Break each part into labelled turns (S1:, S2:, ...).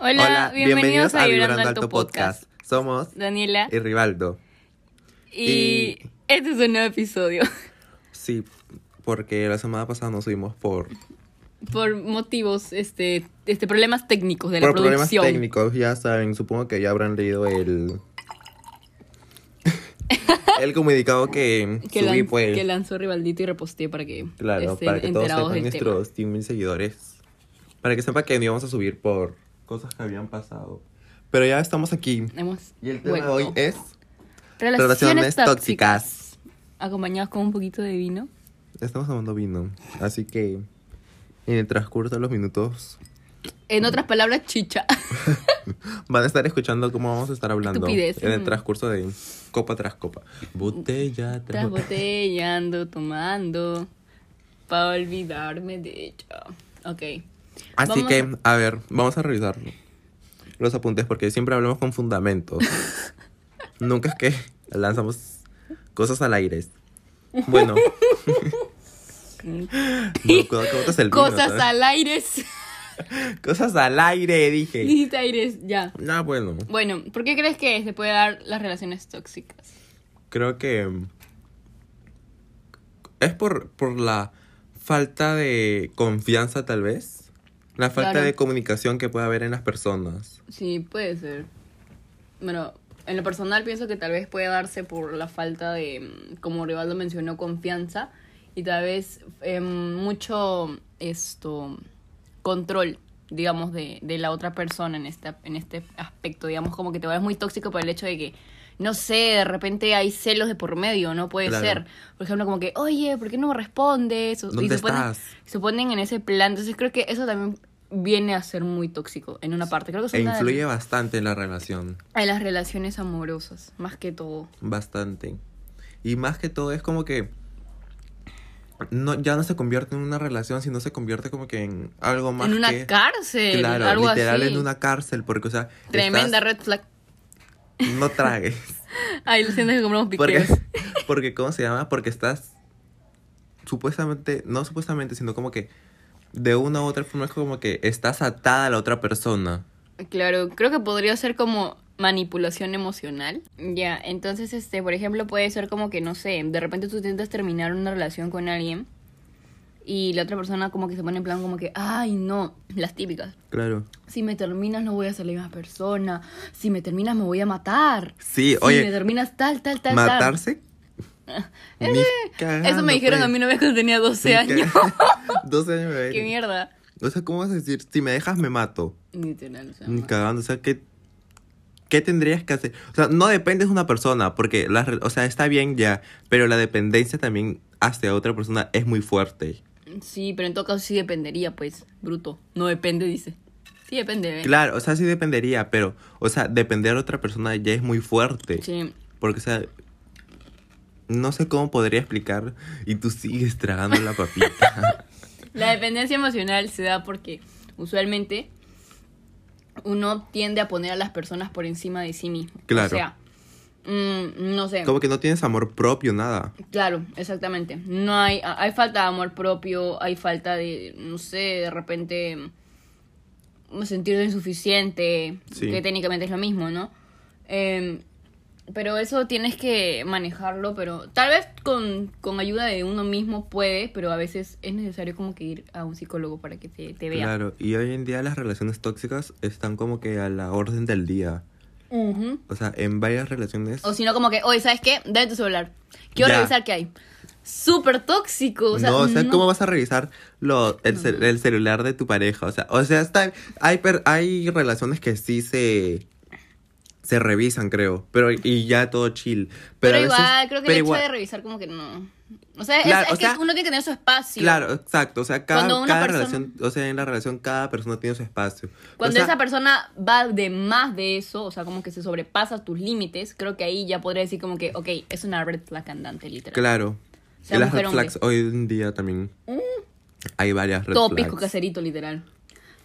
S1: Hola, bienvenidos, a Vibrando Alto Podcast.
S2: Somos
S1: Daniela.
S2: y Rivaldo.
S1: Y
S2: y-
S1: este es un nuevo episodio.
S2: Sí, porque la semana pasada nos subimos por,
S1: Por motivos, este, este, problemas técnicos de la
S2: por problemas
S1: producción.
S2: técnicos. Ya saben, supongo que ya habrán leído el. el comunicado que,
S1: Que,
S2: subí,
S1: lanz-
S2: pues.
S1: que lanzó Rivaldito y reposteé para que
S2: Claro,
S1: estén
S2: para que todos
S1: enterados
S2: sepan
S1: del tema.
S2: nuestros 100.000 seguidores. Para que sepan que no íbamos a subir por cosas que habían pasado. Pero ya estamos aquí.
S1: Hemos
S2: Y el tema
S1: vuelto.
S2: de hoy es.
S1: relaciones,
S2: relaciones
S1: tóxicas.
S2: tóxicas.
S1: Acompañados con un poquito de vino.
S2: Estamos tomando vino. Así que. En el transcurso de los minutos
S1: En otras palabras, chicha.
S2: Van a estar escuchando cómo vamos a estar hablando
S1: Estupidez.
S2: en el
S1: Mm.
S2: transcurso de copa tras copa. Botella tras
S1: Tras
S2: botella.
S1: botellando, tomando. Para olvidarme de ella. Ok.
S2: Así
S1: Vamos
S2: que, a ver, vamos a revisar los apuntes porque siempre hablamos con fundamentos. Nunca es que lanzamos cosas al aire. Bueno, no, cuidado que botas el vino,
S1: Cosas
S2: ¿sabes?
S1: al aire.
S2: Cosas al aire, dije.
S1: Dijiste aires, ya.
S2: No, bueno,
S1: Bueno, ¿por qué crees que se puede dar las relaciones tóxicas?
S2: creo que mm, es por, por la falta de confianza tal vez, la falta
S1: Claro.
S2: de comunicación que puede haber en las personas.
S1: Sí, puede ser. Bueno, en lo personal pienso que tal vez puede darse por la falta de, mm, como Rivaldo mencionó, confianza y tal vez em, mucho esto control, digamos, de, de la otra persona en este, en este aspecto, digamos, como que te vuelves muy tóxico por el hecho de que, no sé, de repente hay celos de por medio, no puede
S2: Claro.
S1: ser. Por ejemplo, como que, oye, ¿por qué no me respondes? O- y
S2: ¿Dónde
S1: se ponen-
S2: estás?
S1: se ponen en ese plan. Entonces creo que eso también viene a ser muy tóxico en una parte. Creo que es
S2: E
S1: Pues una de-
S2: influye bastante en la relación,
S1: en las relaciones amorosas, más que todo.
S2: bastante. Y más que todo es como que no, ya no se convierte en una relación, sino se convierte como que en algo más
S1: en una
S2: que...
S1: cárcel,
S2: Claro,
S1: algo
S2: literal
S1: así.
S2: en una cárcel, porque o sea,
S1: Tremenda
S2: estás-
S1: red flag.
S2: no tragues.
S1: Ay, lo siento que compramos
S2: Porque,
S1: piqueos.
S2: porque, ¿cómo se llama? Porque estás supuestamente, no supuestamente, sino como que de una u otra forma es como que estás atada a la otra persona.
S1: Claro, creo que podría ser como manipulación emocional. Ya, entonces, este, por ejemplo, puede ser como que, no sé, de repente tú intentas terminar una relación con alguien y la otra persona como que se pone en plan como que, ay, no, las típicas.
S2: Claro.
S1: Si me terminas no voy a ser la misma persona. Si me terminas me voy a matar.
S2: Sí,
S1: Si me
S2: oye,
S1: terminas tal, tal, tal, tal.
S2: matarse. Ni
S1: Eso
S2: cagando,
S1: me dijeron
S2: pues.
S1: a mí una vez cuando tenía 12
S2: Ni
S1: años.
S2: ca- 12 años, bebé.
S1: Qué mierda.
S2: O sea, ¿cómo vas a decir? Si me dejas, me mato.
S1: Literal, o sea,
S2: Ni
S1: ma-
S2: cagando. O sea, ¿qué, ¿qué tendrías que hacer? O sea, no dependes de una persona, porque, la, re- o sea, está bien ya, pero la dependencia también hacia otra persona es muy fuerte.
S1: Sí, pero en todo caso sí dependería, pues. Bruto. No depende, dice. Sí depende, ¿eh?
S2: Claro, o sea, sí dependería, pero, o sea, depender de otra persona ya es muy fuerte.
S1: Sí.
S2: Porque, o sea, no sé cómo podría explicar y tú sigues tragando la papita.
S1: La dependencia emocional se da porque usualmente uno tiende a poner a las personas por encima de sí mismo.
S2: Claro.
S1: O sea, mm, no sé.
S2: Como que no tienes amor propio, nada.
S1: Claro, exactamente. No hay, a- hay falta de amor propio, hay falta de, no sé, de repente mm, sentirse insuficiente,
S2: Sí.
S1: que técnicamente es lo mismo, ¿no? Em, pero eso tienes que manejarlo, pero tal vez con, con ayuda de uno mismo puedes, pero a veces es necesario como que ir a un psicólogo para que te, te vea.
S2: Claro, y hoy en día las relaciones tóxicas están como que a la orden del día.
S1: Ujú.
S2: O sea, en varias relaciones.
S1: O si no, como que, oye, ¿sabes qué? Dame tu celular. Quiero
S2: Ya.
S1: revisar qué hay. Súper tóxico. O sea,
S2: no, o sea,
S1: no-
S2: ¿cómo vas a revisar lo, el, cel- el celular de tu pareja? O sea, o sea está, hay, per- hay relaciones que sí se, se revisan, creo, pero y ya todo chill.
S1: Pero,
S2: Pero, a veces-
S1: igual, creo que
S2: pero
S1: el
S2: igual-
S1: hecho de revisar como que no. O sea, es-
S2: Claro,
S1: es,
S2: o sea,
S1: que uno tiene que tener su espacio.
S2: Claro, exacto. O sea, cada,
S1: Cuando una
S2: cada
S1: persona-
S2: relación, o sea, en la relación cada persona tiene su espacio.
S1: Cuando
S2: O sea,
S1: esa persona va de más de eso, o sea, como que se sobrepasa tus límites, creo que ahí ya podría decir como que, ok, es una red flag andante, literal.
S2: Claro.
S1: sea,
S2: y las
S1: mujer, Mm.
S2: red flags hoy en día también. Hay varias red
S1: Todo
S2: flags.
S1: pisco caserito, literal.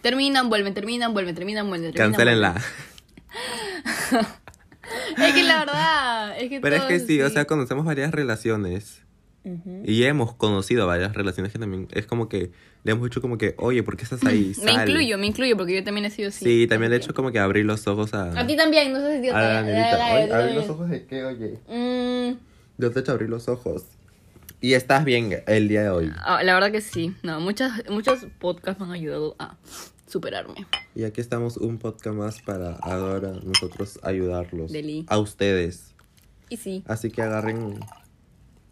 S1: Terminan, vuelven, terminan, vuelven, terminan, vuelven, terminan.
S2: Cancélenla.
S1: vuelven. Es que la verdad, es que
S2: Pero es
S1: todo
S2: que
S1: eso
S2: sí, o sea, conocemos varias relaciones.
S1: Ujú.
S2: Y ya hemos conocido varias relaciones que también es como que le hemos hecho como que, oye, ¿por qué estás ahí?
S1: Mm, Me
S2: Sal".
S1: incluyo, me incluyo, porque yo también he sido así.
S2: Sí, también le he hecho como que abrir los ojos a...
S1: A ti también, no sé si
S2: a
S1: Dios
S2: la
S1: te-
S2: nenita.
S1: dale,
S2: Oye,
S1: tú
S2: ¿abrir los
S1: también.
S2: ojos de qué, oye?
S1: Mm,
S2: Yo te he hecho abrir los ojos. Y estás bien el día de hoy.
S1: ah, la verdad que sí. No, muchas, muchos podcasts me han ayudado a superarme.
S2: Y aquí estamos un podcast más para ahora nosotros ayudarlos.
S1: Deli.
S2: A ustedes.
S1: Y sí.
S2: Así que agarren...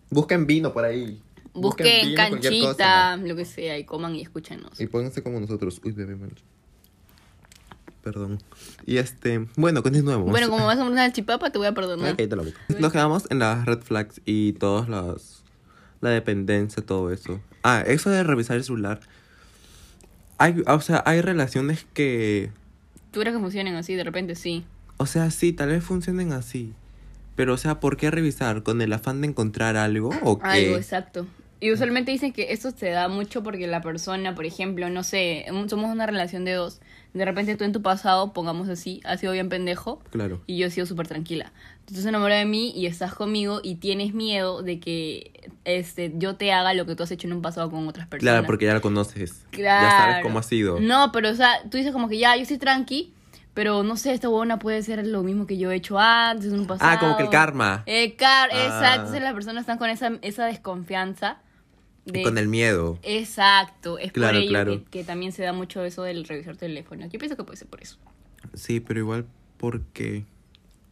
S2: Busquen vino por ahí.
S1: Busquen
S2: vino, cualquier
S1: canchita,
S2: cosa.
S1: lo que sea, y coman y escúchenos.
S2: Y pues, pónganse como nosotros. Uy, bebé, mal. Perdón. Y este... Bueno, continuemos.
S1: Bueno, como vas a una chipapa, te voy a perdonar.
S2: Ok, te lo ubico. Nos quedamos en las red flags y todas las... La dependencia, todo eso. Ah, eso de revisar el celular. Hay, o sea, hay relaciones que...
S1: Tú crees que funcionen así, de repente sí.
S2: O sea, sí, tal vez funcionen así. Pero, o sea, ¿por qué revisar? ¿Con el afán de encontrar algo o qué?
S1: Algo, exacto. Y usualmente dicen que eso se da mucho porque la persona, por ejemplo, no sé, un- somos una relación de dos. De repente tú en tu pasado, pongamos así, has sido bien pendejo
S2: Claro.
S1: y yo he sido súper tranquila. Tú te enamoras de mí y estás conmigo y tienes miedo de que este, yo te haga lo que tú has hecho en un pasado con otras personas.
S2: Claro, porque ya la conoces. Ya sabes
S1: Claro.
S2: cómo ha sido.
S1: No, pero o sea, tú dices como que ya, yo soy tranqui, pero no sé, esta huevona puede ser lo mismo que yo he hecho antes, en un pasado.
S2: ah, como que el karma.
S1: Eh, car,
S2: Ah.
S1: exacto. Entonces las personas están con esa, esa desconfianza. de-
S2: Con el miedo.
S1: Exacto, es
S2: Claro,
S1: por ello
S2: claro.
S1: Que, que también se da mucho eso del revisar teléfono. Yo pienso que puede ser por eso.
S2: Sí, pero igual porque...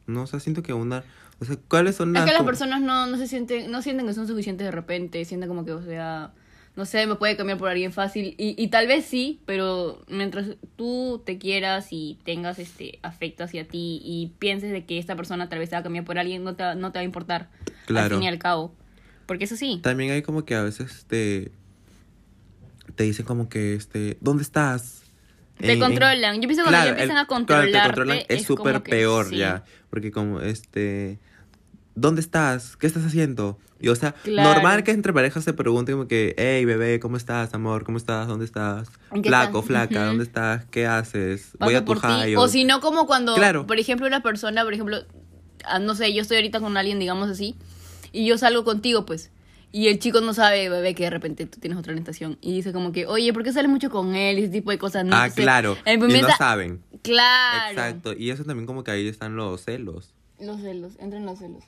S2: No, o sea, siento que una... O sea, ¿cuáles son
S1: es
S2: las...
S1: que las
S2: como-
S1: personas no, no se sienten, no sienten que son suficientes de repente, sienten como que, o sea, no sé, me puede cambiar por alguien fácil. Y, y tal vez sí, pero mientras tú te quieras y tengas este afecto hacia ti y pienses de que esta persona tal vez te va a cambiar por alguien, no te, va- no te va a importar. Al
S2: Claro.
S1: fin y al cabo. Porque eso sí.
S2: También hay como que a veces te... Te dicen como que, este... ¿Dónde estás?
S1: Te
S2: En- en-
S1: controlan. Yo pienso que cuando ya
S2: eh, Claro,
S1: empiezan
S2: el-
S1: a controlarte.
S2: Claro, te controlan, es
S1: como
S2: súper
S1: que
S2: peor
S1: sí.
S2: ya. Porque como, este... ¿Dónde estás? ¿Qué estás haciendo? Y o sea,
S1: Claro.
S2: normal que entre parejas se pregunten como que, hey bebé, ¿cómo estás, amor? ¿Cómo estás? ¿Dónde estás?
S1: ¿En qué
S2: Flaco,
S1: estás?
S2: flaca,
S1: Ujú.
S2: ¿dónde estás? ¿Qué haces?
S1: Paso
S2: Voy a tu
S1: por ti.
S2: high,
S1: O si no, como cuando,
S2: Claro.
S1: por ejemplo, una persona, por ejemplo, ah, no sé, yo estoy ahorita con alguien, digamos así, y yo salgo contigo, pues. Y el chico no sabe, bebé, que de repente tú tienes otra orientación. Y dice como que, oye, ¿por qué sales mucho con él? Y ese tipo de cosas. No
S2: ah,
S1: sé.
S2: claro.
S1: En
S2: y no
S1: primera-
S2: saben.
S1: Claro.
S2: Exacto. Y eso también como que ahí están los celos.
S1: Los celos, entran los celos.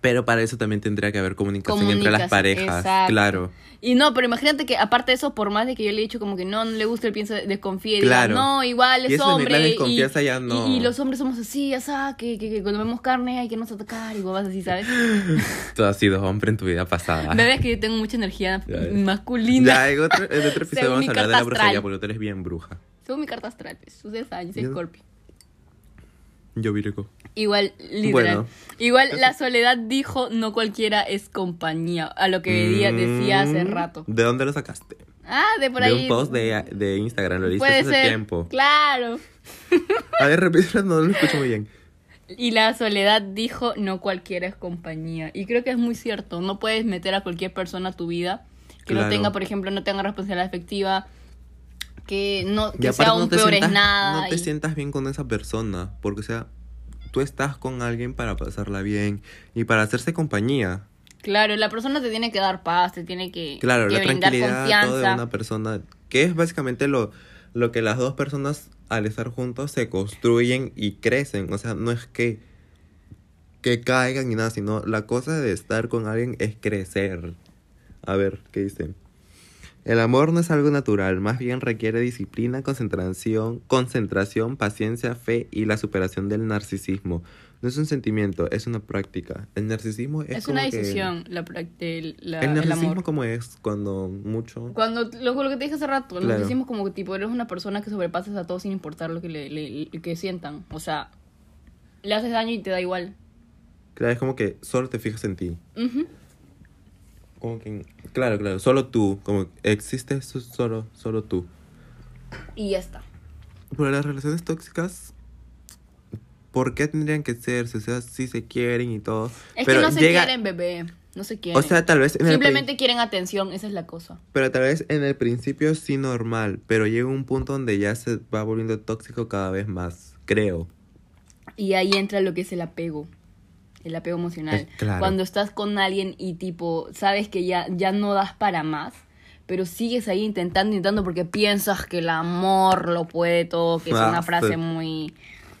S2: Pero para eso también tendría que haber comunicación, entre
S1: Comunicación,
S2: las parejas.
S1: exacto.
S2: Claro.
S1: Y no, pero imagínate que aparte de eso, por más de que yo le he dicho como que no, no le gusta, él piensa, desconfía y
S2: Claro.
S1: diga, no, igual es
S2: Y eso de
S1: hombre.
S2: la desconfianza
S1: y,
S2: ya no.
S1: y- y los hombres somos así, ya sabes, que, que, que cuando vemos carne hay que nos atacar y huevas así, ¿sabes?
S2: Tú has sido hombre en tu vida pasada.
S1: Bebés que yo tengo mucha energía
S2: Ah. Ya ves.
S1: masculina.
S2: Ya, en otro, en otro episodio
S1: Según
S2: vamos
S1: mi
S2: a hablar de la
S1: carta
S2: brujería
S1: astral.
S2: porque tú eres bien bruja.
S1: Según mi carta astral, pues, ustedes saben, yo soy
S2: Yo-
S1: Scorpio.
S2: Yo Virgo.
S1: Igual, literal.
S2: Bueno.
S1: Igual, la soledad dijo, no cualquiera es compañía, a lo que decía, decía hace
S2: Mm,
S1: rato.
S2: ¿De dónde lo sacaste?
S1: Ah, de por
S2: de
S1: ahí.
S2: un post de, de Instagram, lo leíste
S1: Puede
S2: hace
S1: ser.
S2: tiempo.
S1: Claro.
S2: A ver, repítelo, no lo escucho muy bien.
S1: Y la soledad dijo, no cualquiera es compañía. Y creo que es muy cierto, no puedes meter a cualquier persona a tu vida que
S2: Claro.
S1: no tenga, por ejemplo, no tenga responsabilidad afectiva, que no
S2: Y
S1: que
S2: aparte
S1: sea un
S2: no te,
S1: peor
S2: sientas,
S1: es nada.
S2: no te
S1: y-
S2: sientas bien con esa persona, porque o sea, tú estás con alguien para pasarla bien y para hacerse compañía.
S1: Claro, la persona te tiene que dar paz, te tiene que,
S2: Claro,
S1: que
S2: la
S1: brindar
S2: tranquilidad todo de
S1: confianza.
S2: una persona, que es básicamente lo, lo que las dos personas al estar juntos se construyen y crecen. O sea, no es que, que caigan ni nada, sino la cosa de estar con alguien es crecer. A ver, ¿qué dicen? El amor no es algo natural, más bien requiere disciplina, concentración, concentración, paciencia, fe y la superación del narcisismo. No es un sentimiento, es una práctica. El narcisismo es,
S1: Es, una
S2: como que-
S1: decisión la, prac- el- la-
S2: el
S1: el
S2: narcisismo
S1: amor.
S2: como es cuando mucho...
S1: Cuando lo, lo que te dije hace rato, el
S2: Claro.
S1: narcisismo como que tipo eres una persona que sobrepasas a todos sin importar lo que le, le- le- que sientan. O sea, le haces daño y te da igual.
S2: Claro, es como que solo te fijas en ti.
S1: Ujú.
S2: Como que, claro, claro, solo tú. Como existe su- solo, solo tú.
S1: Y ya está.
S2: Pero las relaciones tóxicas, ¿por qué tendrían que serse? O sea, sí se quieren y todo.
S1: Es
S2: pero
S1: que no se
S2: llega-
S1: quieren, bebé. No se quieren.
S2: O sea, tal vez en el prin-
S1: Simplemente quieren atención, esa es la cosa.
S2: Pero tal vez en el principio sí normal, pero llega un punto donde ya se va volviendo tóxico cada vez más, creo.
S1: Y ahí entra lo que es el apego. El apego emocional.
S2: Eh, claro.
S1: Cuando estás con alguien y tipo, sabes que ya, ya no das para más, pero sigues ahí intentando, intentando porque piensas que el amor lo puede todo, que es
S2: Ah,
S1: una frase
S2: sí.
S1: muy...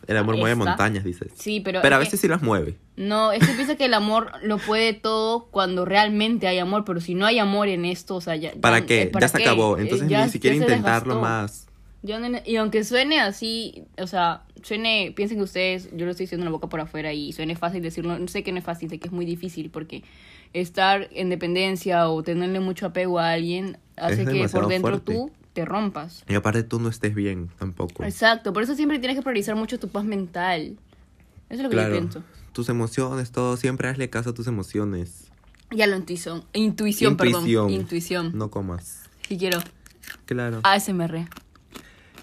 S2: El amor mueve
S1: Esta.
S2: montañas, dices.
S1: Sí, pero...
S2: Pero a
S1: es que-
S2: veces sí las mueve.
S1: No, es que piensa que el amor lo puede todo cuando realmente hay amor, pero si no hay amor en esto, o sea, ya...
S2: ¿Para
S1: ya-
S2: qué?
S1: eh,
S2: Ya,
S1: ¿para
S2: se
S1: qué?
S2: acabó.
S1: Eh,
S2: Entonces
S1: ya-
S2: ni siquiera
S1: ya se
S2: intentarlo
S1: desgastó.
S2: más.
S1: Ya no- y aunque suene así, o sea, suene, piensen que ustedes, yo lo estoy diciendo la boca por afuera y suene fácil decirlo, no sé que no es fácil, sé que es muy difícil porque estar en dependencia o tenerle mucho apego a alguien hace que por
S2: demasiado
S1: dentro
S2: fuerte.
S1: tú te rompas.
S2: Y aparte tú no estés bien tampoco.
S1: Exacto, por eso siempre tienes que priorizar mucho tu paz mental. Eso es lo que
S2: claro.
S1: yo pienso.
S2: Tus emociones, todo. Siempre hazle caso a tus emociones.
S1: Ya lo intuición, intuición, perdón, intuición. Ah.
S2: No comas.
S1: Si quiero
S2: Claro.
S1: ASMR.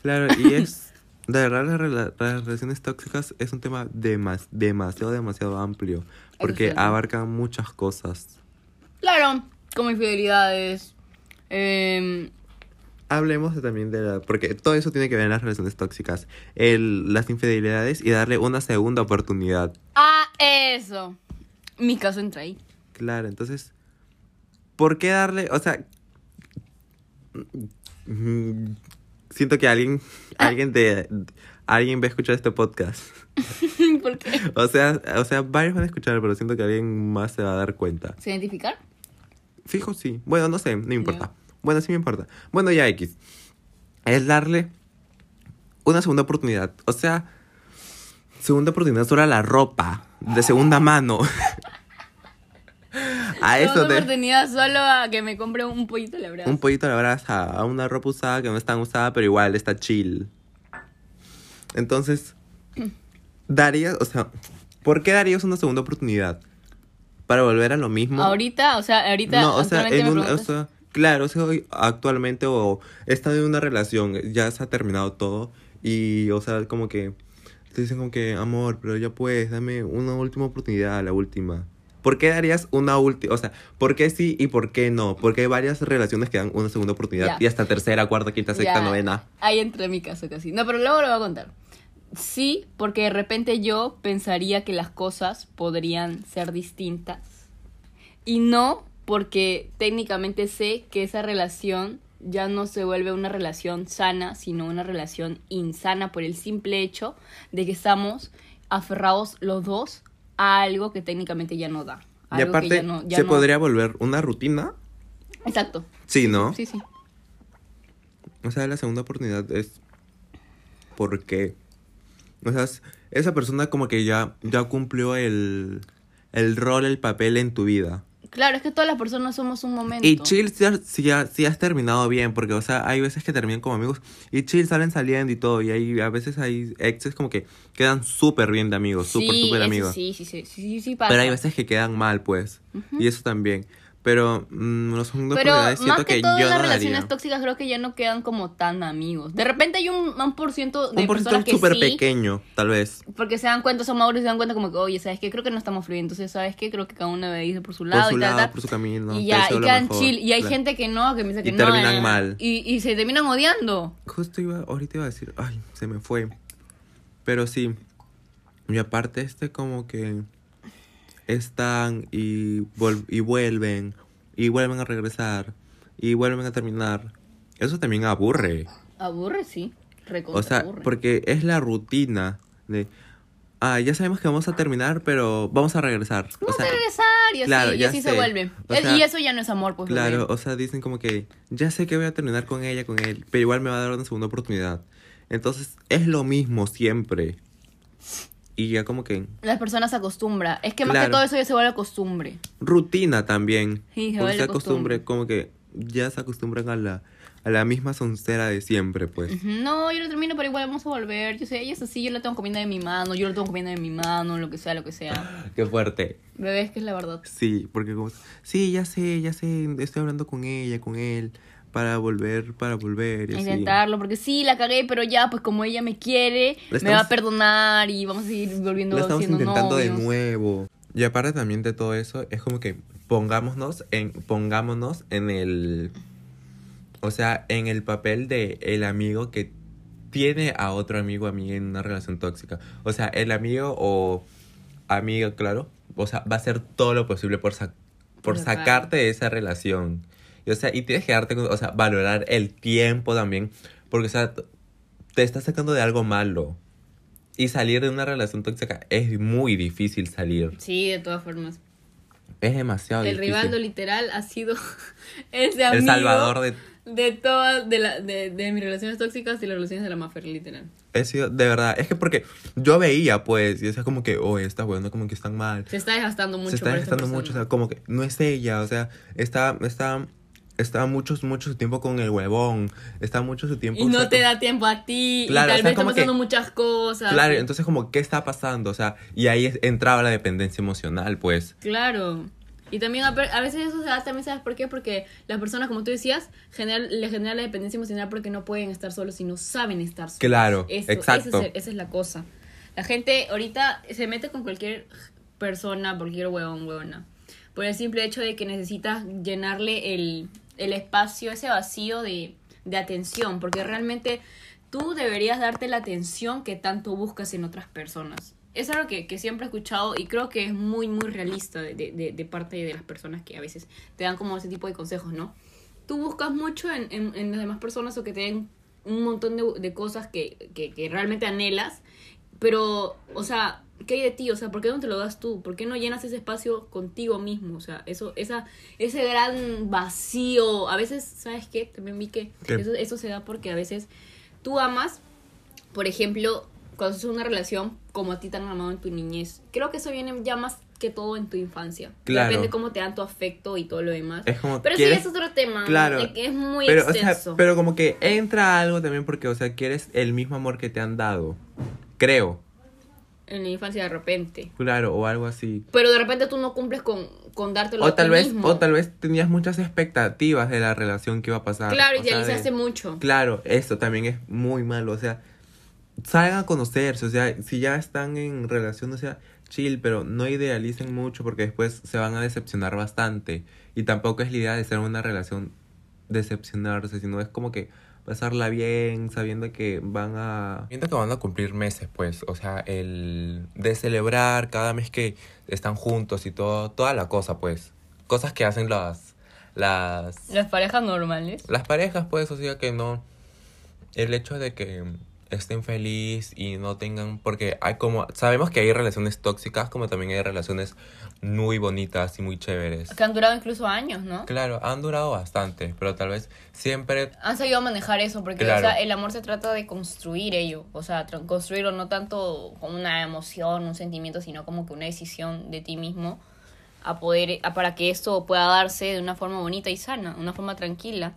S2: Claro, y es. De verdad, las, rela- las relaciones tóxicas es un tema demas- demasiado, demasiado amplio. Porque
S1: Exacto.
S2: abarca muchas cosas.
S1: Claro, como infidelidades. em,
S2: Hablemos de- también de la. Porque todo eso tiene que ver en las relaciones tóxicas. El, las infidelidades y darle una segunda oportunidad.
S1: Ah, eso. Mi caso entra ahí.
S2: Claro, entonces. ¿Por qué darle.? O sea. mm, Siento que alguien. Alguien de. Alguien va a escuchar este podcast.
S1: ¿Por qué?
S2: O sea, o sea, varios van a escuchar, pero siento que alguien más se va a dar cuenta.
S1: ¿Se identificar?
S2: Fijo, sí. Bueno, no sé, no me importa. Bueno, sí me importa. Bueno, ya X. Es darle una segunda oportunidad. O sea, segunda oportunidad sobre la ropa de segunda mano. a eso
S1: Tengo
S2: te...
S1: oportunidad solo a que me compre un pollito a la brasa.
S2: Un pollito a la brasa, a una ropa usada que no es tan usada, pero igual está chill. Entonces, darías, o sea, ¿por qué darías una segunda oportunidad? ¿Para volver a lo mismo?
S1: Ahorita, o sea, ahorita
S2: no, o sea,
S1: actualmente
S2: en
S1: me
S2: un, o
S1: preguntas-
S2: sea, claro, o sea, hoy actualmente o he estado en una relación, ya se ha terminado todo y, o sea, como que te dicen como que, amor, pero ya puedes, dame una última oportunidad, la última. ¿Por qué darías una última? O sea, ¿por qué sí y por qué no? Porque hay varias relaciones que dan una segunda oportunidad
S1: Ya.
S2: y hasta tercera, cuarta, quinta, sexta,
S1: Ya,
S2: novena.
S1: Ahí entra mi caso casi. No, pero luego lo voy a contar. Sí, porque de repente yo pensaría que las cosas podrían ser distintas. Y no porque técnicamente sé que esa relación ya no se vuelve una relación sana, sino una relación insana por el simple hecho de que estamos aferrados los dos a algo que técnicamente ya no da.
S2: y
S1: Algo
S2: aparte,
S1: que ya no, ya
S2: ¿se
S1: no-
S2: podría volver una rutina?
S1: Exacto.
S2: Sí, ¿no?
S1: Sí, sí.
S2: O sea, la segunda oportunidad es porque, o sea, es- esa persona como que ya, ya cumplió el, el rol, el papel en tu vida.
S1: Claro, es que todas las personas somos un momento.
S2: Y chill si has, si ha- si has terminado bien, porque, o sea, hay veces que terminan como amigos y chill salen saliendo y todo, y hay, a veces hay exes como que quedan súper bien de amigos, súper,
S1: sí,
S2: súper
S1: eso
S2: amigos.
S1: Sí, sí, sí, sí, sí, sí pasa.
S2: Pero hay veces que quedan mal, pues, y eso también. Pero mm, la segunda
S1: Pero
S2: oportunidad
S1: más
S2: siento
S1: que,
S2: que,
S1: todo
S2: yo
S1: las
S2: no
S1: relaciones
S2: daría.
S1: tóxicas creo que ya no quedan como tan amigos. De repente hay un, un por ciento de personas
S2: Un porcentaje
S1: que
S2: súper
S1: sí,
S2: pequeño, tal vez.
S1: porque se dan cuenta, son maduros y se dan cuenta como que, oye, ¿sabes qué? Creo que no estamos fluyendo, entonces, ¿sabes qué? Creo que cada uno debe ir por su lado
S2: por su
S1: y tal,
S2: lado,
S1: tal.
S2: por su camino.
S1: y ya,
S2: deseo
S1: y
S2: lo
S1: quedan
S2: mejor,
S1: chill. Y hay
S2: claro.
S1: gente que no, que piensa que
S2: Y
S1: no.
S2: terminan
S1: eh,
S2: mal.
S1: Y, y se terminan odiando.
S2: Justo iba, ahorita iba a decir, ay, se me fue. Pero sí. Y aparte este como que están y, vol- y vuelven, y vuelven a regresar, y vuelven a terminar. Eso también aburre.
S1: Aburre, sí. Recontra
S2: O sea,
S1: aburre.
S2: porque es la rutina de, ah, ya sabemos que vamos a terminar, pero vamos a regresar. O
S1: Vamos
S2: sea,
S1: a regresar y así,
S2: claro,
S1: y
S2: ya
S1: así
S2: sé.
S1: se vuelve.
S2: O
S1: Es-
S2: sea,
S1: y eso ya no es amor, pues. bebé.
S2: Claro, o sea, dicen como que ya sé que voy a terminar con ella, con él, pero igual me va a dar una segunda oportunidad. Entonces es lo mismo siempre. Y ya como que
S1: Las personas se acostumbran. Es que más
S2: Claro.
S1: que todo eso ya se vuelve costumbre.
S2: rutina también.
S1: Sí, se
S2: Porque
S1: vuelve
S2: se acostumbre,
S1: costumbre.
S2: como que ya se acostumbran a la, a la misma soncera de siempre, pues.
S1: Ujú, No, yo lo termino, pero igual vamos a volver. Yo sé, ella es así, yo la tengo comiendo de mi mano, yo la tengo comiendo de mi mano, lo que sea, lo que sea.
S2: Qué fuerte.
S1: Bebé, es que es la verdad.
S2: Sí, porque como... Sí, ya sé, ya sé, estoy hablando con ella, con él, para volver, para volver. Y así.
S1: Intentarlo, porque sí, la cagué, pero ya, pues como ella me quiere,
S2: La
S1: me va
S2: estamos-
S1: a perdonar y vamos a seguir volviendo
S2: Lo estamos
S1: siendo
S2: intentando de
S1: novios.
S2: nuevo. Y aparte también de todo eso, es como que pongámonos en, pongámonos en el, o sea, en el papel de el amigo que tiene a otro amigo a mí en una relación tóxica. O sea, el amigo o amiga, claro, o sea, va a hacer todo lo posible por, sa- por
S1: Por sacar.
S2: sacarte de esa relación. Y, o sea, y tienes que darte, cu- o sea, valorar el tiempo también, porque, o sea, t- te estás sacando de algo malo. Y salir de una relación tóxica es muy difícil salir.
S1: Sí, de todas formas.
S2: Es demasiado
S1: El
S2: difícil.
S1: Rivaldo literal ha sido ese amigo.
S2: el salvador de
S1: De todas, de, la, de, de mis relaciones tóxicas y las relaciones de la mafer, literal.
S2: He sido, de verdad, es que porque yo veía, pues, y decía como que, oh, esta weona como que están mal.
S1: Se está desgastando mucho.
S2: se está
S1: por esta
S2: gastando mucho, o
S1: persona.
S2: sea, como que no es ella, o sea, está, está, está muchos, mucho tiempo con el huevón, está mucho su tiempo.
S1: Y
S2: o sea,
S1: no te
S2: como-
S1: da tiempo a ti.
S2: Claro,
S1: y
S2: o
S1: tal
S2: sea,
S1: vez está
S2: como que-
S1: pasando muchas cosas.
S2: Claro, entonces como, ¿qué está pasando? O sea, y ahí es- entraba la dependencia emocional, pues.
S1: Claro. Y también a, per- a veces eso se da, también sabes por qué, porque las personas, como tú decías, general, le genera la dependencia emocional porque no pueden estar solos y no saben estar solos.
S2: Claro,
S1: Eso- ese
S2: exacto.
S1: es el- esa es la cosa. La gente ahorita se mete con cualquier persona, cualquier huevón, huevona, por el simple hecho de que necesitas llenarle el, el espacio, ese vacío de, de atención, porque realmente tú deberías darte la atención que tanto buscas en otras personas. Es algo que, que siempre he escuchado y creo que es muy, muy realista de, de- de- de parte de las personas que a veces te dan como ese tipo de consejos, ¿no? Tú buscas mucho en, en- en las demás personas o que te den un montón de, de cosas que, que- que realmente anhelas, pero, o sea, ¿qué hay de ti? O sea, ¿por qué no te lo das tú? ¿Por qué no llenas ese espacio contigo mismo? O sea, eso, esa, ese gran vacío. A veces, ¿sabes qué? También vi que
S2: ¿Qué?
S1: eso, eso se da porque a veces tú amas, por ejemplo, cuando es una relación como a ti te han amado en tu niñez. Creo que eso viene ya más que todo en tu infancia.
S2: Claro.
S1: Depende cómo te dan tu afecto y todo lo demás.
S2: Es como,
S1: Pero sí,
S2: ¿quieres?
S1: es otro tema.
S2: Claro.
S1: Es, es muy
S2: pero, o sea,
S1: extenso.
S2: pero como que entra algo también porque, o sea, quieres el mismo amor que te han dado, creo,
S1: En la infancia, de repente.
S2: claro, o algo así.
S1: Pero de repente tú no cumples con, con dártelo a
S2: O
S1: ti
S2: tal vez,
S1: mismo.
S2: o tal vez tenías muchas expectativas de la relación que iba a pasar.
S1: Claro,
S2: o sea,
S1: idealizaste
S2: de-
S1: mucho.
S2: Claro, eso también es muy malo. O sea, salgan a conocerse. O sea, si ya están en relación, o sea, chill, pero no idealicen mucho porque después se van a decepcionar bastante. Y tampoco es la idea de ser una relación decepcionarse, sino es como que pasarla bien, sabiendo que van a... Siento que van a cumplir meses, pues, o sea, el de celebrar cada mes que están juntos y todo, toda la cosa, pues. Cosas que hacen las... las
S1: Las parejas normales.
S2: las parejas, pues, o sea que no. El hecho de que estén feliz y no tengan. Porque hay como. Sabemos que hay relaciones tóxicas, como también hay relaciones muy bonitas y muy chéveres.
S1: Que han durado incluso años, ¿no?
S2: Claro, han durado bastante, pero tal vez siempre.
S1: Han sabido manejar eso, porque o
S2: Claro.
S1: sea, el amor se trata de construir ello, o sea, tra- construirlo no tanto como una emoción, un sentimiento, sino como que una decisión de ti mismo a poder, a- para que esto pueda darse de una forma bonita y sana, de una forma tranquila.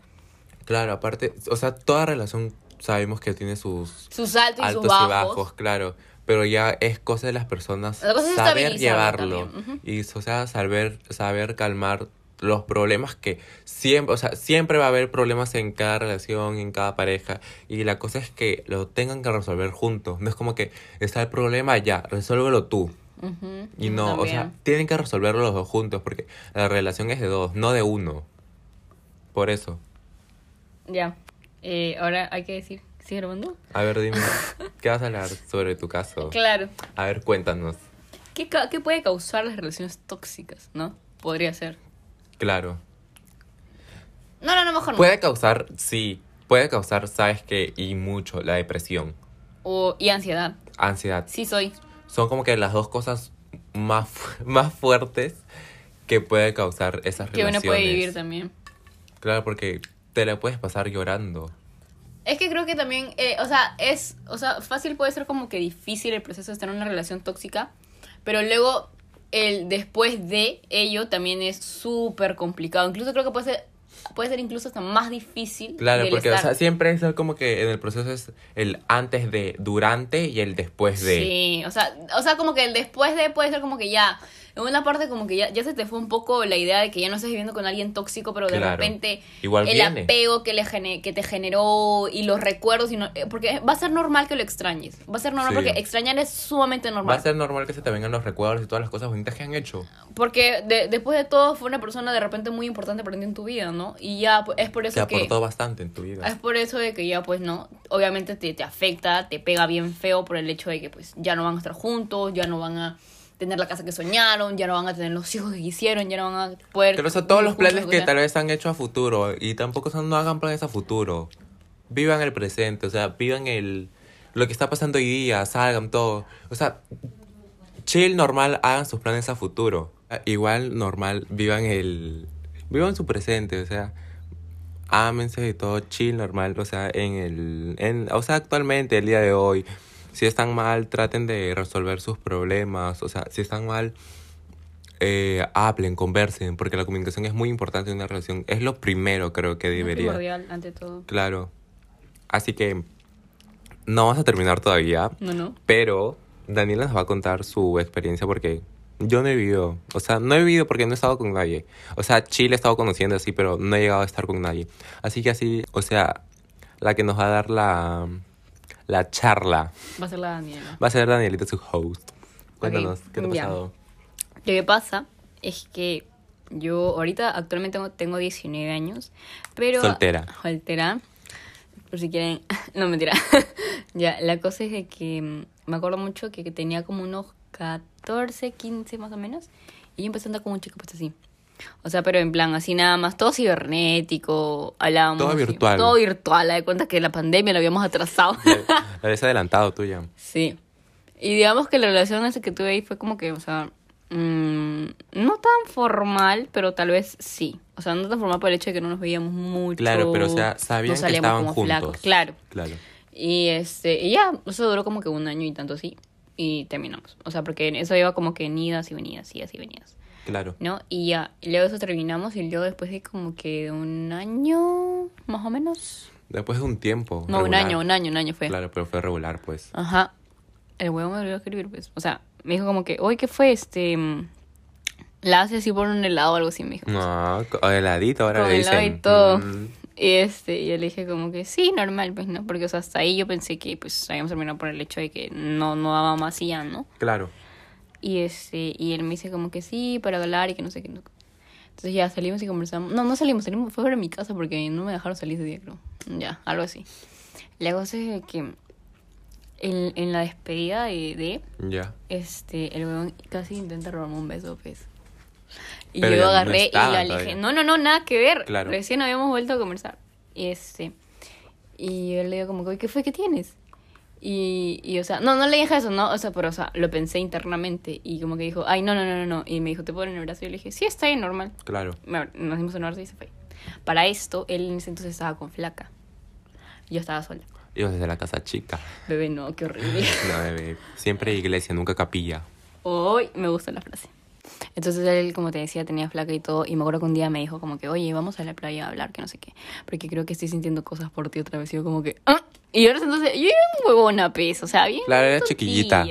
S2: Claro, aparte. O sea, toda relación sabemos que tiene sus
S1: Sus altos y
S2: altos
S1: sus bajos.
S2: claro. Pero ya es cosa de las personas
S1: La cosa es
S2: saber
S1: estabilizarlo
S2: llevarlo.
S1: también, ujú.
S2: Y, o sea, saber, saber calmar los problemas que siempre, o sea, siempre va a haber problemas en cada relación, en cada pareja. Y la cosa es que lo tengan que resolver juntos. No es como que está el problema ya, resuélvelo tú.
S1: Ujú,
S2: Y
S1: ujú,
S2: no, o
S1: también.
S2: sea, tienen que resolverlo los dos juntos porque la relación es de dos, no de uno. Por eso.
S1: Ya, Eh, ahora hay que decir, ¿sigue grabando?
S2: A ver, dime, ¿qué vas a hablar sobre tu caso?
S1: Claro.
S2: A ver, cuéntanos.
S1: ¿Qué, ca- ¿Qué puede causar las relaciones tóxicas, no? Podría ser.
S2: Claro.
S1: No, no, no, mejor no.
S2: Puede causar, sí, puede causar, sabes que, y mucho, la depresión,
S1: O, y ansiedad.
S2: ansiedad.
S1: Sí soy.
S2: Son como que las dos cosas más, fu- más fuertes que puede causar esas
S1: Que uno
S2: relaciones.
S1: puede vivir también.
S2: Claro, porque te la puedes pasar llorando.
S1: Es que creo que también, eh, o sea, es, o sea, fácil puede ser como que difícil el proceso de estar en una relación tóxica, pero luego el después de ello también es súper complicado. Incluso creo que puede ser, puede ser incluso hasta más difícil.
S2: Claro,
S1: del
S2: porque o
S1: estar.
S2: sea, siempre es como que en el proceso es el antes de, durante y el después de.
S1: Sí, o sea, o sea, como que el después de puede ser como que ya, en una parte como que ya, ya se te fue un poco la idea de que ya no estás viviendo con alguien tóxico, pero de
S2: Claro.
S1: repente
S2: Igual
S1: el
S2: viene.
S1: apego que, le gene- que te generó y los recuerdos, y no- eh, porque va a ser normal que lo extrañes, va a ser normal
S2: Sí.
S1: porque extrañar es sumamente
S2: Va
S1: normal.
S2: a ser normal que se te vengan los recuerdos y todas las cosas bonitas que han hecho.
S1: Porque de- después de todo fue una persona de repente muy importante para ti en tu vida, ¿no? Y ya pues, es por
S2: Te
S1: eso que...
S2: aportó bastante en tu vida.
S1: Es por eso de que ya, pues no, obviamente te, te afecta, te pega bien feo por el hecho de que pues ya no van a estar juntos, ya no van a tener la casa que soñaron, ya no van a tener los hijos que quisieron, ya no van a poder...
S2: Pero o sea, todos los
S1: juntos,
S2: planes
S1: o
S2: que
S1: sea,
S2: tal vez han hecho a futuro y tampoco son- no hagan planes a futuro. Vivan el presente, o sea, vivan el lo que está pasando hoy día, salgan todo. O sea, chill normal, hagan sus planes a futuro. Ah, Igual normal, vivan el vivan su presente, o sea, ámense de todo chill normal, o sea, en el en o sea, actualmente el día de hoy si están mal, traten de resolver sus problemas, o sea, si están mal eh, hablen, conversen, porque la comunicación es muy importante en una relación. Es lo primero, creo que
S1: es
S2: debería.
S1: primordial, ante todo.
S2: Claro. Así que no vas a terminar todavía,
S1: No, no.
S2: pero Daniela nos va a contar su experiencia porque yo no he vivido. O sea, no he vivido porque no he estado con nadie. O sea, Chile he estado conociendo así, pero no he llegado a estar con nadie. Así que así, o sea, la que nos va a dar la, la charla
S1: Va a ser la Daniela.
S2: va a ser Danielita, su host. Cuéntanos, ¿qué te ha
S1: ya.
S2: pasado?
S1: Lo que pasa es que yo ahorita actualmente tengo, tengo 19 años, pero...
S2: Soltera.
S1: Soltera. Por si quieren... No, mentira. ya, la cosa es de que mm, me acuerdo mucho que, que tenía como unos 14, 15 más o menos. Y yo empecé a andar con un chico pues así. O sea, pero en plan, así nada más, todo cibernético, hablábamos...
S2: Todo virtual.
S1: Todo virtual, la de cuenta que la pandemia lo habíamos atrasado.
S2: La habías adelantado tuya.
S1: Sí. Y digamos que la relación esa que tuve ahí fue como que, o sea, mm, no tan formal, pero tal vez sí. O sea, no tan formal por el hecho de que no nos veíamos mucho.
S2: Claro, pero o sea,
S1: no
S2: sabían que
S1: salíamos
S2: estaban
S1: como
S2: juntos.
S1: flacos, Claro.
S2: Claro.
S1: Y este, y ya, eso duró como que un año y tanto así. Y terminamos. O sea, porque eso iba como que en idas y venidas, idas y venidas.
S2: Claro.
S1: ¿No? Y ya, y luego eso terminamos y luego después de como que de un año, más o menos.
S2: Después de un tiempo.
S1: No, un
S2: regular.
S1: año, un año, un año fue.
S2: Claro, pero fue regular, pues.
S1: Ajá. El huevo me volvió a escribir, pues. O sea, me dijo como que, oye, ¿qué fue? Este. mm, La hace así por un helado o algo así, me dijo.
S2: No, co- heladito ahora
S1: Con
S2: le
S1: helado
S2: dicen.
S1: y todo.
S2: Mm,
S1: Y este, y yo le dije como que sí, normal, pues, ¿no? Porque, o sea, hasta ahí yo pensé que, pues, habíamos terminado por el hecho de que no, no daba más y ya, ¿no?
S2: claro.
S1: Y este, y él me dice como que sí, para hablar y que no sé qué. no- Entonces ya salimos y conversamos. No, no salimos, salimos, fue para mi casa porque no me dejaron salir de día, creo. Ya, algo así. La cosa es de que en, en la despedida de- de
S2: Ya.
S1: este, el weón casi intenta robarme un beso, pues. Y
S2: Pero ya
S1: yo
S2: no
S1: agarré y
S2: estaba
S1: la alejé.
S2: todavía.
S1: No, no, no, nada que ver.
S2: Claro.
S1: Recién habíamos vuelto a conversar. Y este. Y yo le digo como, que, "Oye, ¿qué fue que tienes? Y, y, o sea, no, no le dije eso, no, o sea, pero, o sea, lo pensé internamente. Y como que dijo, ay, no, no, no, no, no. Y me dijo, ¿te puedo en el brazo? Y yo le dije, sí, está bien, normal.
S2: Claro.
S1: Me- Nos dimos un abrazo y se fue. Para esto, él en ese entonces estaba con flaca. Yo estaba sola.
S2: Ibas desde la casa chica.
S1: Bebé, no, qué horrible.
S2: No, bebé. Siempre iglesia, nunca capilla.
S1: Hoy me gusta la frase. Entonces él, como te decía, tenía flaca y todo. Y me acuerdo que un día me dijo como que, oye, vamos a la playa a hablar, que no sé qué. Porque creo que estoy sintiendo cosas por ti otra vez. Y yo como que, "Ah". Y yo en ese entonces, yo era un huevona, pez. O sea, bien.
S2: Claro, era
S1: tontilla.
S2: chiquillita.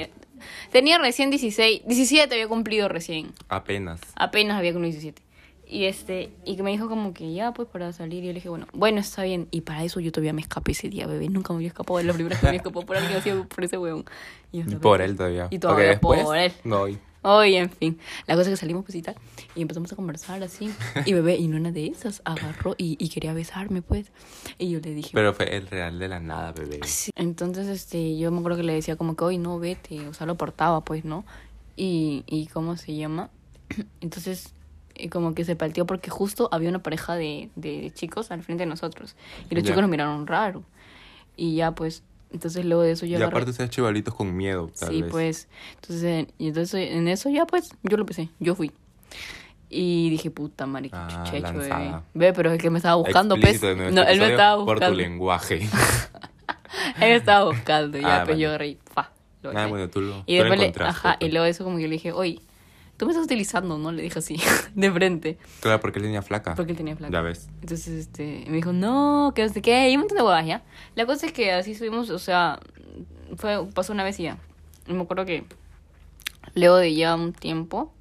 S1: Tenía recién 16, 17 había cumplido recién.
S2: Apenas.
S1: Apenas había cumplido 17. Y este, y que me dijo como que ya, pues para salir. Y yo le dije, bueno, bueno, está bien. Y para eso yo todavía me escapé ese día, bebé. Nunca me había escapado. Es la primera vez que me escapó por alguien así, por ese huevón. yo,
S2: Y
S1: "No,
S2: por
S1: pues".
S2: él todavía.
S1: Y
S2: Porque
S1: todavía
S2: después,
S1: por él.
S2: No, y-
S1: Oye, en fin. La cosa es que salimos pues y tal. Y empezamos a conversar así. Y bebé, y en una de esas agarró y, y quería besarme, pues. Y yo le dije.
S2: Pero fue el real de la nada, bebé.
S1: "Sí". Entonces, este, yo me acuerdo que le decía como que, oye, no, vete. O sea, lo portaba, pues, ¿no? Y, y ¿cómo se llama? Entonces, eh, como que se partió porque justo había una pareja de, de chicos al frente de nosotros. Y los
S2: Ya.
S1: chicos nos miraron raro. Y ya, pues, entonces luego de eso yo
S2: Y
S1: agarré-
S2: aparte ustedes chivalitos con miedo, tal
S1: sí,
S2: vez.
S1: pues. Entonces, en- y entonces en eso ya pues, yo lo pensé, yo fui. Y dije, puta madre, qué
S2: Ah,
S1: chucha he hecho,
S2: lanzada.
S1: Ve, Ve, pero es que me estaba buscando, pez.
S2: Explícito de nuestro
S1: No, él me
S2: episodio
S1: estaba
S2: Por tu
S1: buscando. Él
S2: lenguaje.
S1: me estaba buscando, ya,
S2: Ah,
S1: pues
S2: vale.
S1: yo reí, fa. lo
S2: Ah,
S1: dejé.
S2: bueno, tú lo- tú
S1: Y
S2: lo
S1: después le,
S2: encontraste,
S1: ajá, y
S2: pues.
S1: luego eso como que yo le dije, oye, tú me estás utilizando, ¿no? Le dije así, de frente,
S2: claro, porque él tenía flaca.
S1: porque él tenía flaco.
S2: Ah. Ya ves.
S1: Entonces, este, me dijo, no, que no sé qué, y un montón de huevas, ¿ya? La cosa es que así subimos, o sea, fue, pasó una vez y ya. Y me acuerdo que luego de ya un tiempo,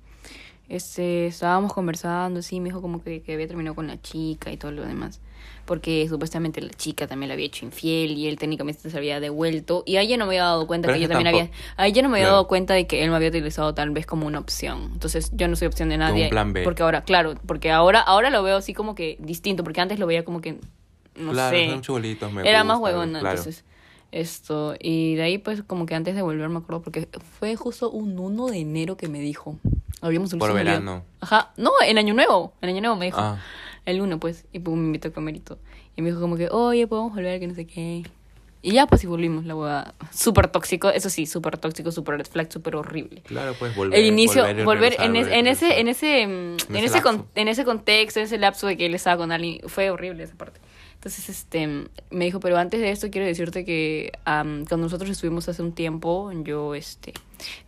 S1: este, estábamos conversando, así, me dijo como que, que había terminado con la chica y todo lo demás. Porque supuestamente la chica también la había hecho infiel y él técnicamente se había devuelto. Y ahí yo no me había dado cuenta
S2: Pero
S1: que
S2: es
S1: yo
S2: que
S1: también había...
S2: tampoco-
S1: Ahí yo no me había
S2: Claro.
S1: dado cuenta de que él me había utilizado tal vez como una opción. Entonces yo no soy opción de
S2: Como un
S1: nadie.
S2: plan B.
S1: Porque ahora, claro, porque ahora, ahora lo veo así como que distinto, porque antes lo veía como que, no
S2: claro,
S1: sé,
S2: son chivalitos, me
S1: era más
S2: gustan,
S1: huevona,
S2: claro.
S1: entonces. Esto, y de ahí pues como que antes de volver me acuerdo porque fue justo un 1 de enero que me dijo. Habríamos
S2: Por verano.
S1: Ajá, no, en Año Nuevo, en Año Nuevo me dijo.
S2: Ah.
S1: El 1 pues, y pues me invitó a comer y todo. Y me dijo como que, oye, podemos volver, que no sé qué. Y ya pues y volvimos, la huevada. Súper tóxico, eso sí, súper tóxico, súper red flag, súper horrible
S2: Claro, pues volver.
S1: el inicio, volver,
S2: y regresar,
S1: en, es-
S2: volver y
S1: en ese,
S2: regresar.
S1: en ese, mm, en
S2: ese
S1: ese, con-
S2: lapso.
S1: en ese contexto, en ese lapso de que él estaba con alguien, fue horrible esa parte. Entonces, este, mm, me dijo, pero antes de esto quiero decirte que am, cuando nosotros estuvimos hace un tiempo, yo, este,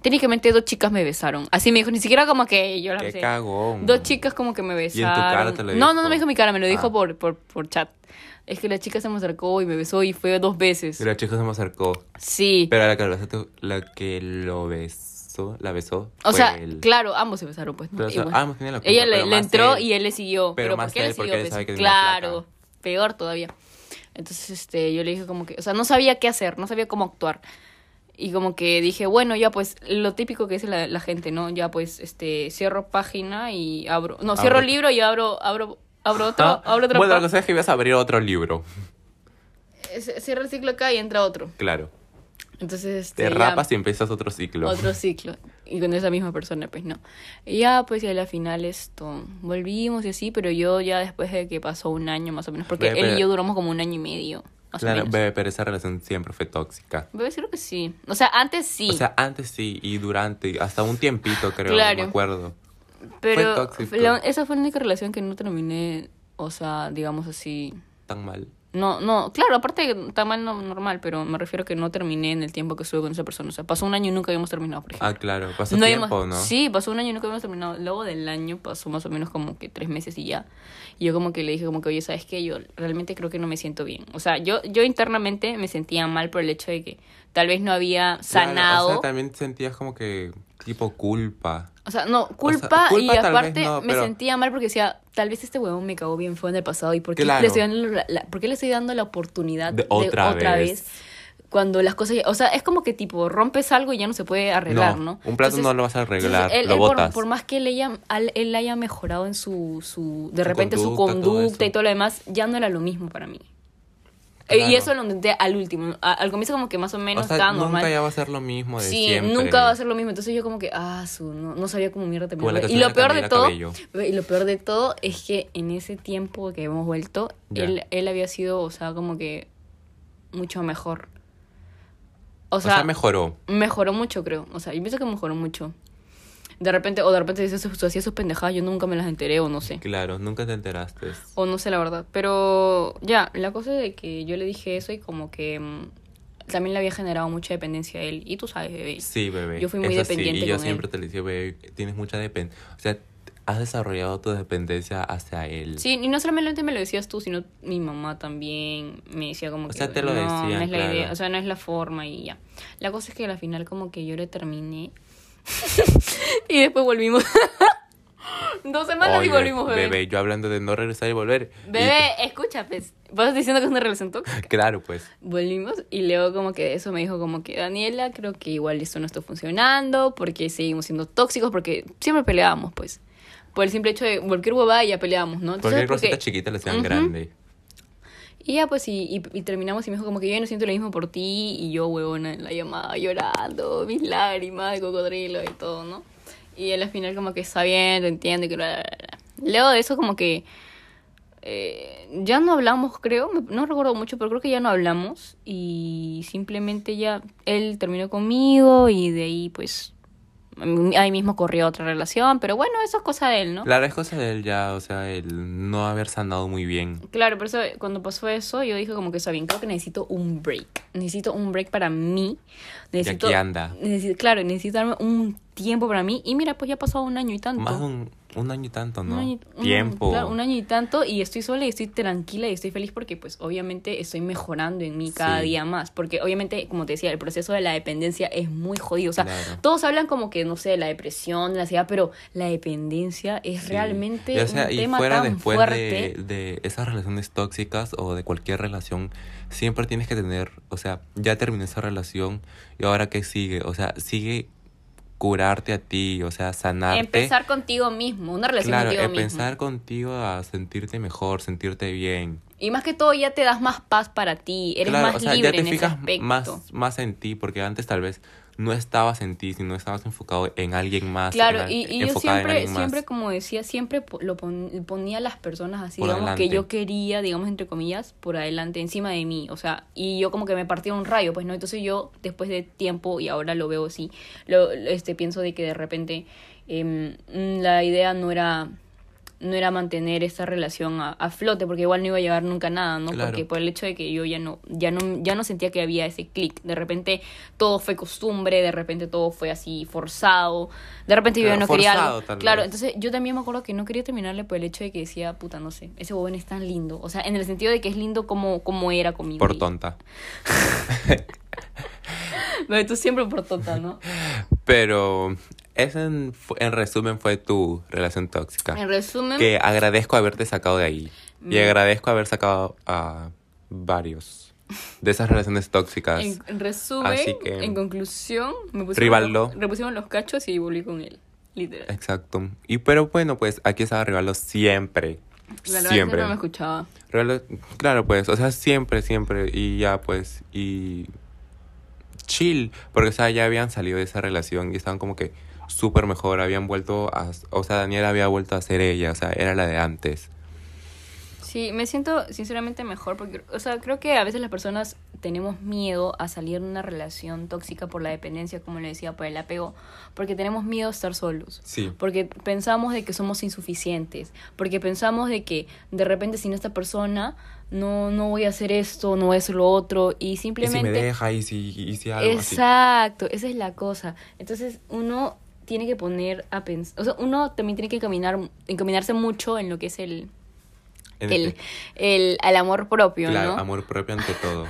S1: técnicamente dos chicas me besaron. Así me dijo, ni siquiera como que yo la
S2: Qué
S1: besé.
S2: cagón.
S1: Dos chicas como que me
S2: tu
S1: besaron.
S2: cara te lo
S1: no, no, no
S2: dijo?
S1: me dijo mi cara, me lo dijo
S2: Ah.
S1: por, por, por chat. Es que la chica se me acercó y me besó y fue dos veces.
S2: Y la chica se me acercó.
S1: Sí.
S2: Pero la que lo besó, la que lo besó, la besó.
S1: O
S2: fue
S1: sea,
S2: él.
S1: claro, ambos se besaron, pues. ¿no?
S2: Pues, Pero, o sea,
S1: Igual.
S2: ambos tenían la culpa,
S1: ella le,
S2: pero
S1: le
S2: más
S1: entró
S2: él.
S1: y él le siguió.
S2: Pero
S1: Pero,
S2: más
S1: ¿por qué
S2: él,
S1: le
S2: porque
S1: siguió?
S2: él
S1: Pues,
S2: sabe que es una
S1: claro,
S2: flaca.
S1: peor todavía. Entonces, este, yo le dije como que, o sea, no sabía qué hacer, no sabía cómo actuar. Y como que dije, bueno, ya pues, lo típico que dice la, la gente, ¿no? Ya pues, este, cierro página y abro. No,
S2: Abro
S1: cierro
S2: otro.
S1: libro y abro, abro, abro otro,
S2: Ah,
S1: abro otro.
S2: Bueno,
S1: pa-
S2: lo que sabes es que ibas a abrir otro libro.
S1: eh, Cierro el ciclo acá y entra otro.
S2: Claro.
S1: Entonces, este.
S2: Te
S1: ya.
S2: rapas y empiezas otro ciclo.
S1: Otro ciclo. Y con esa misma persona, pues no. Y ya, pues, y a la final esto, volvimos y así, pero yo ya después de que pasó un año más o menos, porque
S2: Bebe,
S1: él
S2: pero-
S1: y yo duramos como un año y medio, más o
S2: Claro,
S1: menos.
S2: bebé, pero esa relación siempre fue tóxica.
S1: Bebé, creo que sí. O sea, antes sí,
S2: O sea, antes sí, y durante, hasta un tiempito creo,
S1: Claro.
S2: me acuerdo.
S1: pero
S2: fue tóxico.
S1: la- esa fue la única relación que no terminé, o sea, digamos así.
S2: Tan mal.
S1: No, no, claro, aparte que está mal no, normal, pero me refiero que no terminé en el tiempo que estuve con esa persona. O sea, pasó un año y nunca habíamos terminado, por ejemplo.
S2: Ah, claro, pasó
S1: No
S2: tiempo,
S1: habíamos-
S2: ¿no?
S1: Sí, pasó un año y nunca habíamos terminado. Luego del año pasó más o menos como que tres meses y ya. Y yo como que le dije como que, oye, ¿sabes qué? Yo realmente creo que no me siento bien. O sea, yo, yo internamente me sentía mal por el hecho de que tal vez no había
S2: Claro,
S1: sanado.
S2: o sea, también sentías como que, tipo, culpa.
S1: O sea, no, culpa,
S2: culpa
S1: y
S2: tal vez
S1: aparte
S2: no,
S1: me
S2: pero-
S1: sentía mal porque decía, tal vez este huevón me cagó bien fue en el pasado y por qué,
S2: Claro.
S1: le, estoy dando la, la- por qué le estoy dando la oportunidad
S2: De
S1: de,
S2: otra
S1: otra,
S2: vez.
S1: vez. cuando las cosas, ya- o sea, es como que tipo rompes algo y ya no se puede arreglar,
S2: No,
S1: ¿no?
S2: un plato no lo vas a arreglar,
S1: entonces, él-
S2: lo
S1: él por-
S2: botas.
S1: Por, más que él haya, al- él haya mejorado en su, su de
S2: Su
S1: repente
S2: conducta,
S1: su
S2: todo
S1: conducta
S2: eso.
S1: y todo lo demás, ya no era lo mismo para mí. Eh,
S2: Claro.
S1: Y eso lo intenté al último, a- al comienzo como que más o menos
S2: o sea,
S1: estaba
S2: nunca
S1: normal.
S2: ya va a ser lo mismo de
S1: Sí,
S2: siempre.
S1: nunca va a ser lo mismo. Entonces yo como que, ah, su, no, no sabía cómo mierda terminar.
S2: Bueno, que
S1: y
S2: se
S1: lo
S2: le
S1: peor
S2: cambió
S1: de
S2: el
S1: todo,
S2: cabello.
S1: y lo peor de todo es que en ese tiempo que hemos vuelto,
S2: Ya.
S1: él, él había sido, o sea, como que mucho mejor. O
S2: O sea,
S1: sea,
S2: mejoró.
S1: mejoró mucho, creo. O sea, yo pienso que mejoró mucho. De repente, o de repente dice, "Sus- hacía sus pendejadas, yo nunca me las enteré, o no sé.
S2: Claro, nunca te enteraste.
S1: O no sé la verdad. Pero ya, la cosa es de que yo le dije eso y como que mm, también le había generado mucha dependencia a él. Y tú sabes, bebé.
S2: Sí, bebé.
S1: Yo fui muy
S2: eso sí,
S1: dependiente
S2: y yo
S1: con él.
S2: siempre te le decía, bebé, tienes mucha dependencia. O sea, has desarrollado tu dependencia hacia él.
S1: Sí, y no solamente me lo decías tú, sino mi mamá también me decía como
S2: O
S1: que
S2: sea, te lo
S1: no,
S2: decían,
S1: no es la
S2: claro.
S1: idea, o sea, no es la forma y ya. La cosa es que al final como que yo le terminé y después volvimos. Dos semanas y
S2: Oye,
S1: volvimos, bebé. Bebé,
S2: Bebé, yo hablando de no regresar y volver. Y-
S1: escucha, pues. Vas diciendo que es una relación tóxica.
S2: claro, pues.
S1: Volvimos y luego como que eso me dijo como que Daniela, creo que igual esto no está funcionando porque seguimos siendo tóxicos porque siempre peleábamos, pues. Por el simple hecho de cualquier huevada ya peleábamos, ¿no? Entonces,
S2: Cualquier
S1: porque-
S2: cosita chiquita le sean
S1: Ujú.
S2: grande.
S1: Y ya pues y, y- y terminamos y me dijo como que yo ya no siento lo mismo por ti y yo huevona en la llamada llorando, mis lágrimas de cocodrilo y todo, ¿no? Y él al final como que está bien, te entiendo y que bla, bla, bla. Luego de eso como que eh, ya no hablamos creo, me- no recuerdo mucho, pero creo que ya no hablamos y simplemente ya él terminó conmigo y de ahí pues ahí mismo corrió otra relación, pero bueno, eso es cosa de él, ¿no?
S2: Claro, es cosa de él ya, o sea, el no haber sanado muy bien.
S1: Claro, por eso cuando pasó eso, yo dije como que está bien, creo que necesito un break. Necesito un break para mí. Necesito,
S2: aquí anda.
S1: necesi- claro, necesito darme un tiempo para mí. Y mira, pues ya ha pasado un año y tanto.
S2: Más de un, un año y tanto, ¿no?
S1: Un año- un-
S2: Tiempo.
S1: claro, un año y tanto. Y estoy sola y estoy tranquila y estoy feliz porque pues obviamente estoy mejorando en mí cada
S2: Sí.
S1: día más. Porque obviamente, como te decía, el proceso de la dependencia es muy jodido. O sea,
S2: Claro.
S1: todos hablan como que, no sé, de la depresión, de la ansiedad, pero la dependencia es
S2: Sí.
S1: realmente
S2: Y, o sea,
S1: un
S2: y
S1: tema
S2: fuera
S1: tan
S2: después
S1: fuerte.
S2: De, de esas relaciones tóxicas o de cualquier relación, siempre tienes que tener, o sea, ya terminó esa relación y ahora qué sigue, o sea, sigue curarte a ti, o sea, sanarte.
S1: Empezar contigo mismo, una relación
S2: claro,
S1: contigo
S2: eh,
S1: mismo.
S2: pensar contigo a sentirte mejor, sentirte bien.
S1: Y más que todo ya te das más paz para ti, eres
S2: claro,
S1: más
S2: o sea,
S1: libre
S2: ya te
S1: en
S2: fijas
S1: ese aspecto.
S2: más más en ti porque antes tal vez no estabas en ti, sino estabas enfocado en alguien más. en
S1: Claro,
S2: al-
S1: y, y yo
S2: enfocada en
S1: siempre,
S2: alguien más.
S1: siempre, como decía, siempre po- lo pon- ponía a las personas así,
S2: Por
S1: digamos, que
S2: delante.
S1: yo quería, digamos, entre comillas, por adelante, encima de mí, o sea, y yo como que me partía un rayo, pues no, entonces yo después de tiempo, y ahora lo veo así, lo, este, pienso de que de repente em, mm, la idea no era no era mantener esta relación a, a flote porque igual no iba a llegar nunca a nada no
S2: Claro.
S1: porque por el hecho de que yo ya no ya no ya no sentía que había ese clic de repente todo fue costumbre de repente todo fue así forzado de repente yo
S2: Claro,
S1: no quería
S2: forzado,
S1: algo.
S2: tal
S1: claro
S2: vez.
S1: entonces yo también me acuerdo que no quería terminarle por el hecho de que decía puta no sé ese joven es tan lindo o sea en el sentido de que es lindo como como era conmigo
S2: por tonta.
S1: no, tú siempre por tonta no
S2: Pero ese en, fu- en resumen fue tu relación tóxica.
S1: en resumen
S2: Que agradezco haberte sacado de ahí. Y
S1: Mm.
S2: agradezco haber sacado a varios de esas relaciones tóxicas.
S1: en, en resumen
S2: Así que-
S1: en conclusión me pusieron
S2: Rivaldo.
S1: me pusieron los cachos y volví con él literal
S2: Exacto. Y pero bueno, pues aquí estaba Rivaldo siempre.
S1: La verdad
S2: siempre.
S1: siempre me escuchaba.
S2: Rivaldo- claro, pues, o sea, siempre, siempre. Y ya, pues, y chill. Porque, o sea, ya habían salido de esa relación y estaban como que súper mejor. Habían vuelto a... O sea, Daniela había vuelto a ser ella. O sea, era la de antes.
S1: Sí, me siento sinceramente mejor porque, o sea, creo que a veces las personas tenemos miedo a salir de una relación tóxica por la dependencia, como le decía, por el apego, porque tenemos miedo a estar solos.
S2: Sí.
S1: Porque pensamos de que somos insuficientes, porque pensamos de que de repente sin esta persona no no voy a hacer esto, no voy a hacer lo otro y
S2: Y si
S1: simplemente
S2: me deja, y si, y si algo así.
S1: Exacto, esa es la cosa. Entonces uno tiene que poner a pensar, o sea, uno también tiene que caminar, encaminarse mucho en lo que es el
S2: En-
S1: el, el, al amor propio,
S2: Claro,
S1: ¿no?
S2: amor propio ante todo.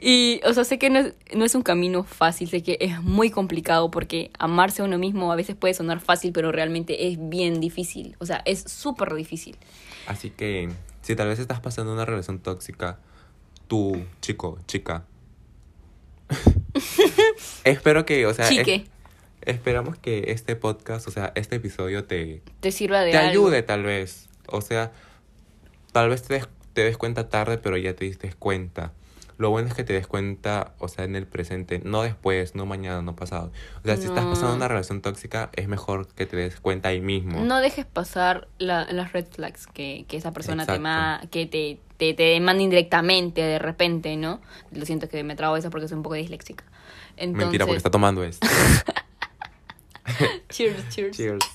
S1: Y, o sea, sé que no es, no es un camino fácil, sé que es muy complicado porque amarse a uno mismo a veces puede sonar fácil, pero realmente es bien difícil. O sea, es súper difícil.
S2: Así que, si tal vez estás pasando una relación tóxica, tú, chico, chica. espero que, o sea. es-
S1: Chique.
S2: esperamos que este podcast, o sea, este episodio te,
S1: Te sirva de
S2: te
S1: algo.
S2: ayude, tal vez. O sea, tal vez te des, te des cuenta tarde, pero ya te diste cuenta. Lo bueno es que te des cuenta, o sea, en el presente, no después, no mañana, no pasado. O sea, si estás pasando
S1: No.
S2: una relación tóxica, es mejor que te des cuenta ahí mismo.
S1: No dejes pasar la- las red flags que, que esa persona te,
S2: Exacto.
S1: ma- que te, te, te demanda indirectamente de repente, ¿no? Lo siento que me trago eso porque soy un poco disléxica. Entonces,
S2: Mentira, porque está tomando esto.
S1: Cheers, cheers.
S2: Cheers.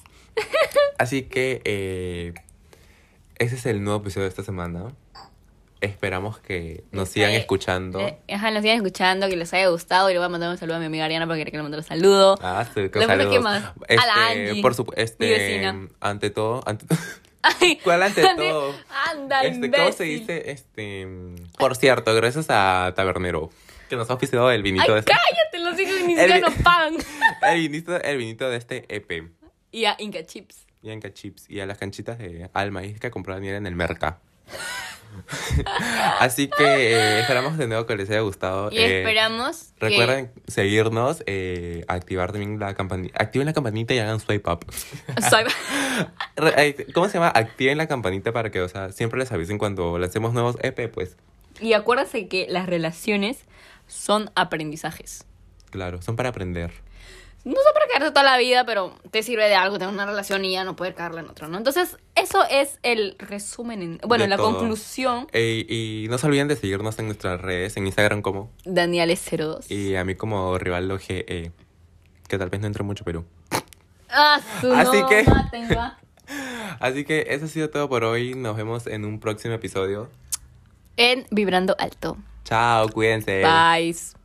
S2: Así que eh, ese es el nuevo episodio de esta semana. Esperamos que nos sigan
S1: Eh,
S2: escuchando.
S1: Eh, ajá, nos sigan escuchando, que les haya gustado. Y le voy a mandar un saludo a mi amiga Ariana porque quiero que le mandar un saludo.
S2: Ah, sí, que
S1: Lo bueno
S2: saludos.
S1: que más. A la Angie,
S2: por supuesto,
S1: mi vecina.
S2: ante todo, ante
S1: Ay,
S2: ¿Cuál ante
S1: Andy,
S2: Ah, todo?
S1: Anda,
S2: Este, ¿Cómo se
S1: imbécil.
S2: dice? Este, por cierto, gracias a Tabernero, que nos ha oficiado
S1: Ay,
S2: el vinito de este,
S1: cállate, los hijos ni
S2: El-
S1: siquiera nos pagan.
S2: el vinito, el vinito de este EP.
S1: Y a Inca Chips.
S2: Y Anca Chips y a las canchitas de al maíz que compró Daniel en el merca. Así que eh, esperamos de nuevo que les haya gustado.
S1: Y
S2: eh,
S1: esperamos que-
S2: Recuerden seguirnos, eh, activar también la campanita. Activen la campanita y hagan swipe up.
S1: Soy-
S2: Re- eh, ¿Cómo se llama? Activen la campanita para que, o sea, siempre les avisen cuando lancemos nuevos EP, pues.
S1: Y acuérdense que las relaciones son aprendizajes.
S2: Claro, son para aprender.
S1: No son para quedarte toda la vida, pero te sirve de algo, tener una relación y ya no poder caerla en otra, ¿no? Entonces, eso es el resumen, en- bueno,
S2: De
S1: la
S2: todo.
S1: conclusión.
S2: Eh, y no se olviden de seguirnos en nuestras redes, en Instagram como,
S1: Daniel es 02.
S2: y a mí como Rivaldo GE, E, que tal vez no entre mucho Perú.
S1: Ah, su
S2: Así
S1: no,
S2: que-
S1: maten, va.
S2: Así que eso ha sido todo por hoy. Nos vemos en un próximo episodio.
S1: En Vibrando Alto.
S2: Chao, cuídense.
S1: Bye.